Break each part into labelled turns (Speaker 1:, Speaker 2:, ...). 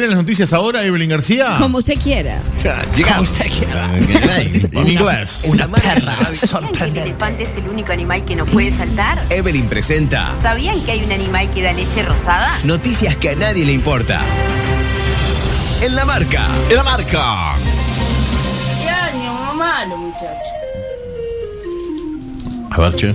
Speaker 1: las noticias ahora, Evelyn García?
Speaker 2: Como usted quiera.
Speaker 3: Como usted quiera.
Speaker 1: En inglés.
Speaker 3: Una perra
Speaker 4: ¿Sabían que el
Speaker 3: sorprendente.
Speaker 4: elefante es el único animal que no puede saltar?
Speaker 3: Evelyn presenta
Speaker 4: ¿Sabían que hay un animal que da leche rosada?
Speaker 3: noticias que a nadie le importa. En la marca.
Speaker 1: En la marca.
Speaker 5: ¿Qué año malo, muchacho?
Speaker 1: A ver, che.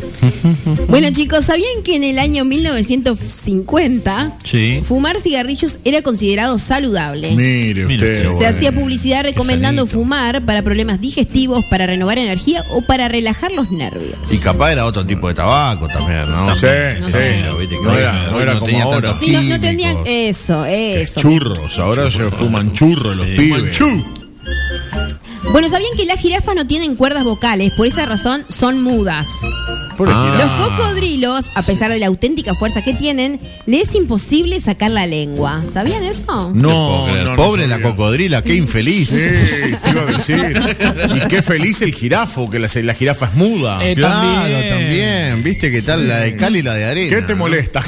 Speaker 2: Bueno, chicos, ¿sabían que en el año 1950
Speaker 6: Sí.
Speaker 2: fumar cigarrillos era considerado saludable?
Speaker 1: Mire
Speaker 6: Mire
Speaker 1: usted.
Speaker 6: usted.
Speaker 2: Se
Speaker 1: bueno.
Speaker 2: hacía publicidad recomendando
Speaker 1: sanito.
Speaker 2: fumar para problemas digestivos, para renovar energía o para relajar los nervios.
Speaker 7: Y capaz era otro tipo de tabaco también, ¿no?
Speaker 1: Sí,
Speaker 2: No
Speaker 1: sí.
Speaker 2: sé.
Speaker 1: No era, no era como
Speaker 7: tenía
Speaker 1: ahora.
Speaker 7: tantos
Speaker 2: Sí, no, no
Speaker 7: químicos.
Speaker 2: tendrían eso, eso.
Speaker 1: Churros, ahora se fuman churros los
Speaker 6: Sí.
Speaker 1: pibes.
Speaker 2: Bueno, ¿sabían que las jirafas no tienen cuerdas vocales? Por esa razón son mudas.
Speaker 1: Pobre
Speaker 6: Ah.
Speaker 2: Los
Speaker 1: jirafa.
Speaker 2: cocodrilos, a pesar de la auténtica fuerza que tienen, les es imposible sacar la lengua. ¿Sabían eso?
Speaker 1: No,
Speaker 7: No puedo creer.
Speaker 1: no, no
Speaker 7: Pobre la
Speaker 1: sabía.
Speaker 7: cocodrila, qué infeliz.
Speaker 1: Sí, te iba a decir. Y qué feliz el jirafo, que la, la jirafa es muda.
Speaker 6: Eh,
Speaker 7: Claro,
Speaker 6: también.
Speaker 7: también. Viste qué tal la de cal y la de arena.
Speaker 1: ¿Qué te molesta?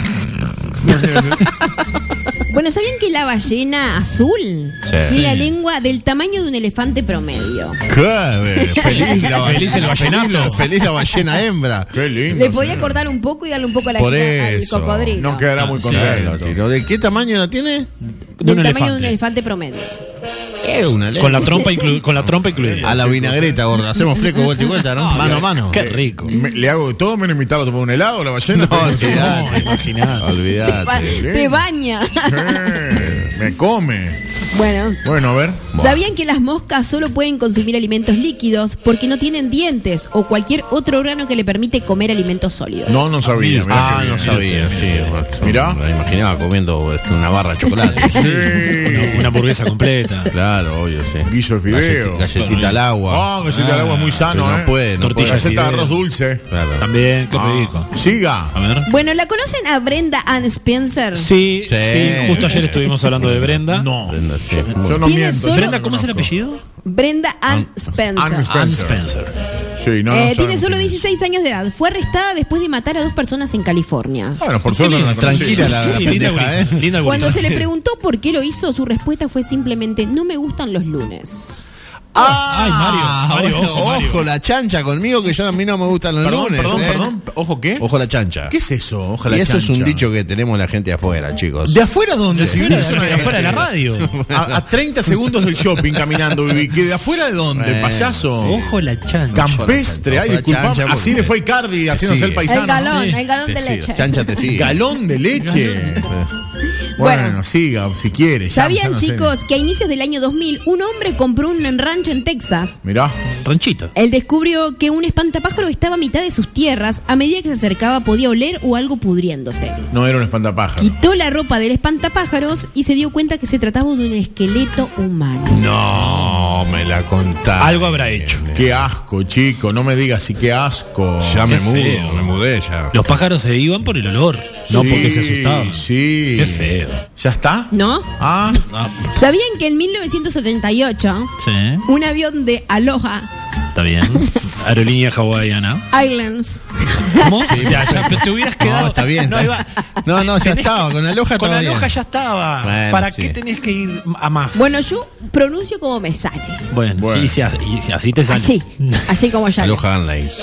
Speaker 2: Bueno, ¿sabían que la ballena azul tiene la lengua del tamaño de un elefante promedio?
Speaker 7: Qué eh, feliz la
Speaker 6: Feliz el vallenato.
Speaker 7: Feliz la ballena hembra.
Speaker 1: Qué lindo.
Speaker 2: Le podía cortar un poco y darle un poco a la
Speaker 7: Por
Speaker 2: jira- al
Speaker 7: eso,
Speaker 2: cocodrilo.
Speaker 1: No quedará muy
Speaker 6: Ah,
Speaker 1: contento.
Speaker 7: Pero, ¿De qué tamaño la tiene?
Speaker 6: De
Speaker 2: del
Speaker 6: un
Speaker 2: tamaño
Speaker 6: elefante.
Speaker 2: de un elefante promedio.
Speaker 7: Es una lengua.
Speaker 6: Con la trompa inclu- con la trompa incluida.
Speaker 7: A la vinagreta, gorda. Hacemos fleco, vuelta y vuelta, ¿no? Mano a mano.
Speaker 6: Qué rico.
Speaker 1: Me- le hago de todo menos invitarlo a tomar un helado, la ballena.
Speaker 7: No,
Speaker 6: No,
Speaker 7: olvidate.
Speaker 6: imaginado.
Speaker 2: Pa-
Speaker 7: Olvidate.
Speaker 2: Te baña.
Speaker 1: Sí, me come.
Speaker 2: bueno.
Speaker 1: Bueno, a ver.
Speaker 2: ¿Sabían que las moscas solo pueden consumir alimentos líquidos porque no tienen dientes o cualquier otro órgano que le permite comer alimentos sólidos?
Speaker 1: No, no sabía. mirá
Speaker 7: Ah,
Speaker 1: qué
Speaker 7: no
Speaker 1: bien.
Speaker 7: sabía, sí.
Speaker 1: Mirá.
Speaker 7: Me imaginaba comiendo este, una barra de chocolate.
Speaker 1: Sí.
Speaker 6: Una, una hamburguesa completa.
Speaker 7: Claro, obvio, sí.
Speaker 1: Guiso de fideo.
Speaker 7: Galleti- galletita al agua.
Speaker 1: Ah, galleta de agua es muy sano,
Speaker 7: pero no
Speaker 1: ¿eh?
Speaker 7: puede, no
Speaker 6: Tortilla.
Speaker 7: puede.
Speaker 1: Galleta de
Speaker 6: fideo.
Speaker 1: arroz dulce.
Speaker 7: Claro.
Speaker 6: También, qué
Speaker 1: Ah,
Speaker 6: rico.
Speaker 1: Siga.
Speaker 6: A ver.
Speaker 2: Bueno, ¿la conocen a Brenda Ann Spencer?
Speaker 6: Sí,
Speaker 7: Sí.
Speaker 6: sí, justo ayer estuvimos hablando de Brenda.
Speaker 1: No.
Speaker 7: Prenda, sí.
Speaker 1: Yo no
Speaker 2: Tiene
Speaker 1: miento.
Speaker 2: solo-
Speaker 6: Brenda, ¿cómo es el apellido?
Speaker 2: Brenda Ann Spencer.
Speaker 1: Ann Spencer.
Speaker 6: Ann Spencer.
Speaker 1: Sí, no, no
Speaker 2: Eh, tiene
Speaker 1: sabemos
Speaker 2: solo
Speaker 1: quién es.
Speaker 2: 16 años de edad. Fue arrestada después de matar a dos personas en California.
Speaker 1: Bueno, por suerte no la conocí.
Speaker 7: Tranquila la, la
Speaker 6: Sí, linda
Speaker 7: pendeja,
Speaker 6: gurisa,
Speaker 7: ¿eh?
Speaker 6: linda
Speaker 2: Cuando
Speaker 6: gurisa.
Speaker 2: se le preguntó por qué lo hizo, su respuesta fue simplemente no me gustan los lunes.
Speaker 7: Ah,
Speaker 6: Ay, Mario, Mario,
Speaker 7: ojo,
Speaker 6: ojo, Mario.
Speaker 7: ojo, la chancha conmigo, que yo a mí no me gustan los
Speaker 1: Perdón,
Speaker 7: lunes.
Speaker 1: perdón,
Speaker 7: ¿eh?
Speaker 1: perdón. Ojo, ¿qué?
Speaker 7: Ojo la chancha.
Speaker 1: ¿Qué es eso? Ojalá
Speaker 7: y eso es un dicho que tenemos la gente afuera, chicos.
Speaker 1: ¿De afuera dónde? Si
Speaker 6: Fuera
Speaker 1: vivís
Speaker 6: de
Speaker 1: en
Speaker 6: la-
Speaker 1: una-
Speaker 6: fuera de la radio.
Speaker 1: A, a 30 segundos del shopping caminando, viví. ¿Que ¿De afuera de dónde,
Speaker 7: Bueno,
Speaker 1: payaso?
Speaker 6: Ojo la chancha.
Speaker 1: Campestre, ay,
Speaker 7: Ojo la
Speaker 1: disculpame.
Speaker 7: chancha,
Speaker 1: Así
Speaker 7: porque-
Speaker 1: le fue a Icardi haciéndose
Speaker 7: Sí.
Speaker 1: el paisano.
Speaker 2: el galón,
Speaker 6: sí.
Speaker 2: el galón de leche.
Speaker 7: Chancha te sigue.
Speaker 1: Galón de leche. Bueno,
Speaker 2: Bueno.
Speaker 1: siga, si quiere. ya, ya
Speaker 2: ¿Sabían,
Speaker 1: no sé.
Speaker 2: chicos, que a inicios del año 2000 un hombre compró un rancho en Texas?
Speaker 1: Mirá.
Speaker 6: Ranchita.
Speaker 2: Él descubrió que un espantapájaro estaba a mitad de sus tierras. A medida que se acercaba podía oler o algo pudriéndose.
Speaker 1: No era un espantapájaro.
Speaker 2: Quitó la ropa del espantapájaros y se dio cuenta que se trataba de un esqueleto humano.
Speaker 7: No, me la contaste.
Speaker 6: Algo habrá hecho.
Speaker 1: Qué asco, chico. No me digas si qué asco.
Speaker 7: Ya me
Speaker 6: Qué
Speaker 7: mudo,
Speaker 6: feo.
Speaker 7: me mudé ya.
Speaker 6: Los pájaros se iban por el olor, no
Speaker 1: Sí,
Speaker 6: porque se asustaban.
Speaker 1: Sí.
Speaker 6: Qué feo.
Speaker 1: ¿Ya está?
Speaker 2: ¿No?
Speaker 1: Ah,
Speaker 6: Ah,
Speaker 2: ¿Sabían que en 1988
Speaker 6: sí,
Speaker 2: un avión de Aloha
Speaker 6: está bien. Aerolínea hawaiana.
Speaker 2: Islands
Speaker 6: ¿Cómo? ya, ya, pero te hubieras quedado.
Speaker 7: No, está bien.
Speaker 6: No,
Speaker 7: está-
Speaker 6: iba-
Speaker 7: no, no, ya
Speaker 6: tenés-
Speaker 7: estaba. Con la loja
Speaker 6: Con
Speaker 7: estaba
Speaker 6: la loja
Speaker 7: bien.
Speaker 6: ya estaba.
Speaker 7: Bueno,
Speaker 6: ¿Para
Speaker 7: sí.
Speaker 6: qué tenés que ir a más?
Speaker 2: Bueno, yo pronuncio como me sale.
Speaker 6: Bueno,
Speaker 1: Bueno.
Speaker 6: Sí, sí, así, y así te sale.
Speaker 2: Así, así como ya.
Speaker 7: Aloha Online.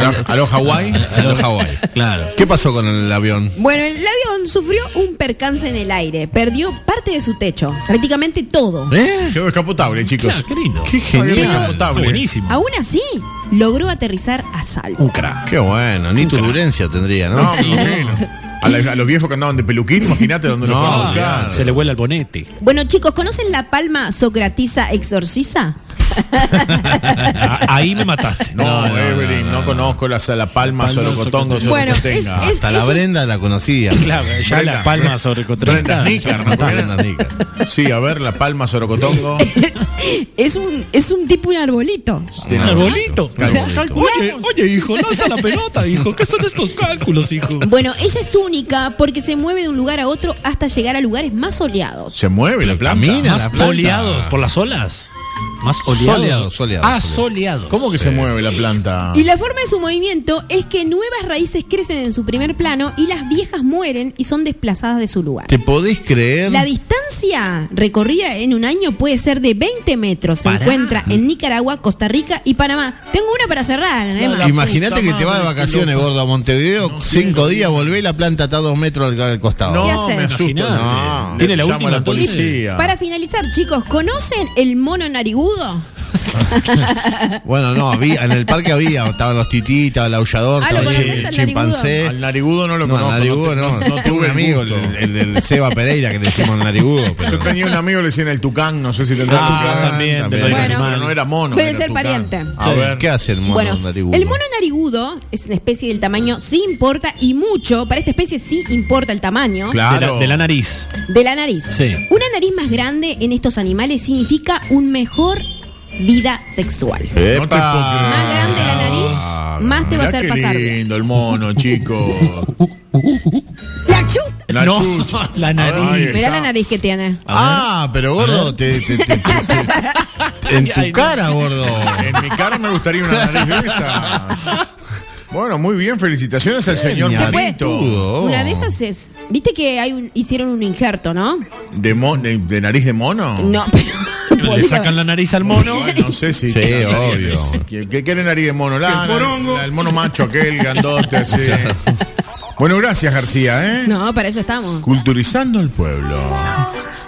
Speaker 1: Alo- ¿Aló Hawái?
Speaker 7: Aloha Hawaii.
Speaker 6: Claro.
Speaker 7: ¿Qué pasó con el avión?
Speaker 2: Bueno, el avión sufrió un percance en el aire. Perdió parte de su techo, prácticamente todo.
Speaker 7: ¿Eh?
Speaker 1: Quedó descapotable, chicos.
Speaker 6: Claro, qué lindo. Qué
Speaker 1: Potable.
Speaker 6: Buenísimo.
Speaker 2: Aún así, logró aterrizar a salvo.
Speaker 6: Un crack.
Speaker 7: Qué bueno, ni turbulencia tendría, ¿no?
Speaker 1: No, me imagino. A, la- a los viejos que andaban de peluquín, imagínate dónde los
Speaker 7: No,
Speaker 1: fueron a
Speaker 6: Ah,
Speaker 1: buscar.
Speaker 6: Se le huele al bonete.
Speaker 2: Bueno, chicos, ¿conocen la palma socratiza exorcisa?
Speaker 6: A- Ahí me mataste.
Speaker 1: No, Evelyn, no, conozco la, la palma, solocotongo, yo
Speaker 2: Bueno,
Speaker 1: sé que tenga.
Speaker 2: es-
Speaker 7: Hasta la
Speaker 2: un-
Speaker 7: Brenda la conocía.
Speaker 6: Claro, ya
Speaker 1: Brenda.
Speaker 6: la palma sobre
Speaker 1: Brenda
Speaker 6: controlista.
Speaker 1: Snicker, ¿no?
Speaker 7: Brenda Nica.
Speaker 1: Sí, a ver, la palma, sorocotongo.
Speaker 2: Es, es un, es un tipo un arbolito.
Speaker 6: Un arbolito.
Speaker 2: O sea, calculamos.
Speaker 6: Oye, oye, hijo, lanza la pelota, hijo. ¿Qué son estos cálculos, hijo?
Speaker 2: Bueno, ella es única porque se mueve de un lugar a otro hasta llegar a lugares más soleados.
Speaker 1: Se mueve la planta.
Speaker 7: Camina
Speaker 6: ¿Más
Speaker 7: la planta.
Speaker 6: oleados por las olas? Más oleado.
Speaker 7: Soleado, soleado,
Speaker 6: Ah,
Speaker 7: soleado.
Speaker 6: soleado.
Speaker 1: ¿Cómo que se mueve la
Speaker 7: Ah.
Speaker 1: planta?
Speaker 2: Y la forma de su movimiento es que nuevas raíces crecen en su primer plano y las viejas mueren y son desplazadas de su lugar.
Speaker 7: ¿Te podés creer?
Speaker 2: La distancia recorrida en un año puede ser de 20 metros. Se
Speaker 6: Pará.
Speaker 2: encuentra en Nicaragua, Costa Rica y Panamá. Tengo una para cerrar, Emma.
Speaker 1: la
Speaker 7: Imagínate
Speaker 1: puta
Speaker 7: que te vas de
Speaker 1: madre, qué
Speaker 7: vacaciones,
Speaker 1: loco.
Speaker 7: gordo, a Montevideo, cinco días, volvés y la planta está a dos metros al, al costado.
Speaker 2: ¿Qué
Speaker 1: No,
Speaker 2: haces?
Speaker 1: me asusto.
Speaker 6: Imagínate.
Speaker 1: No,
Speaker 6: Tiene la
Speaker 1: Llamo
Speaker 6: última,
Speaker 1: a la
Speaker 6: entonces.
Speaker 1: policía.
Speaker 2: Para finalizar, chicos, ¿conocen el mono narigudo?
Speaker 7: Bueno, no, había, en el parque había, estaban los tititas, el aullador,
Speaker 2: Ah, ¿lo
Speaker 7: estaba el
Speaker 2: conoces
Speaker 7: chi-
Speaker 2: al
Speaker 7: chimpancé.
Speaker 1: Al narigudo no lo
Speaker 7: No,
Speaker 1: conozco.
Speaker 7: el narigudo
Speaker 1: te-
Speaker 7: no,
Speaker 1: No, no
Speaker 7: tuve un
Speaker 1: tuve
Speaker 7: amigo,
Speaker 1: amigos.
Speaker 7: el, el, el Seba Pereira, que le decimos el narigudo. pero-
Speaker 1: Yo tenía un amigo, le decían el tucán, no sé si tendrá
Speaker 6: Ah,
Speaker 1: tucán.
Speaker 6: también,
Speaker 1: también.
Speaker 6: pero
Speaker 2: Bueno.
Speaker 1: pero no era mono.
Speaker 2: Puede
Speaker 1: era
Speaker 2: ser
Speaker 1: tucán.
Speaker 2: pariente. Ah,
Speaker 1: A ver,
Speaker 7: ¿qué hace el mono
Speaker 2: bueno,
Speaker 7: narigudo?
Speaker 2: el mono narigudo es una especie del tamaño sí importa y mucho. Para esta especie sí importa el tamaño
Speaker 1: Claro.
Speaker 6: De, la, de la nariz.
Speaker 2: de la nariz.
Speaker 6: Sí.
Speaker 2: Una nariz más grande en estos animales significa un mejor vida sexual.
Speaker 1: No te puedo creer.
Speaker 2: Más grande la nariz, más te va a
Speaker 1: Mirá
Speaker 2: hacer
Speaker 1: qué
Speaker 2: pasar bien.
Speaker 1: lindo el mono, chico.
Speaker 2: ¡La chuta!
Speaker 1: La
Speaker 6: No,
Speaker 1: chucha.
Speaker 6: la nariz.
Speaker 1: Ahí está.
Speaker 2: Mirá la nariz que tiene.
Speaker 7: Ah, pero gordo, te, te- te- te- en tu
Speaker 6: Ay, no.
Speaker 7: cara, gordo.
Speaker 1: En mi cara me gustaría una nariz de esas. Bueno, muy bien, felicitaciones al señor
Speaker 2: Se puede.
Speaker 1: Marito.
Speaker 2: Una de esas es. ¿Viste que hay un- hicieron un injerto, no?
Speaker 1: ¿De, mo- de, de nariz de mono?
Speaker 2: No, pero.
Speaker 6: Le sacan la nariz al mono.
Speaker 1: Ay, no sé si.
Speaker 7: Sí,
Speaker 1: ¿qué-
Speaker 7: obvio.
Speaker 1: ¿Qué, qué quiere nariz de mono? La,
Speaker 8: El porongo.
Speaker 1: la- el mono macho aquel, grandote, así. Bueno, gracias, García, ¿eh?
Speaker 2: No, para eso estamos.
Speaker 1: Culturizando el pueblo.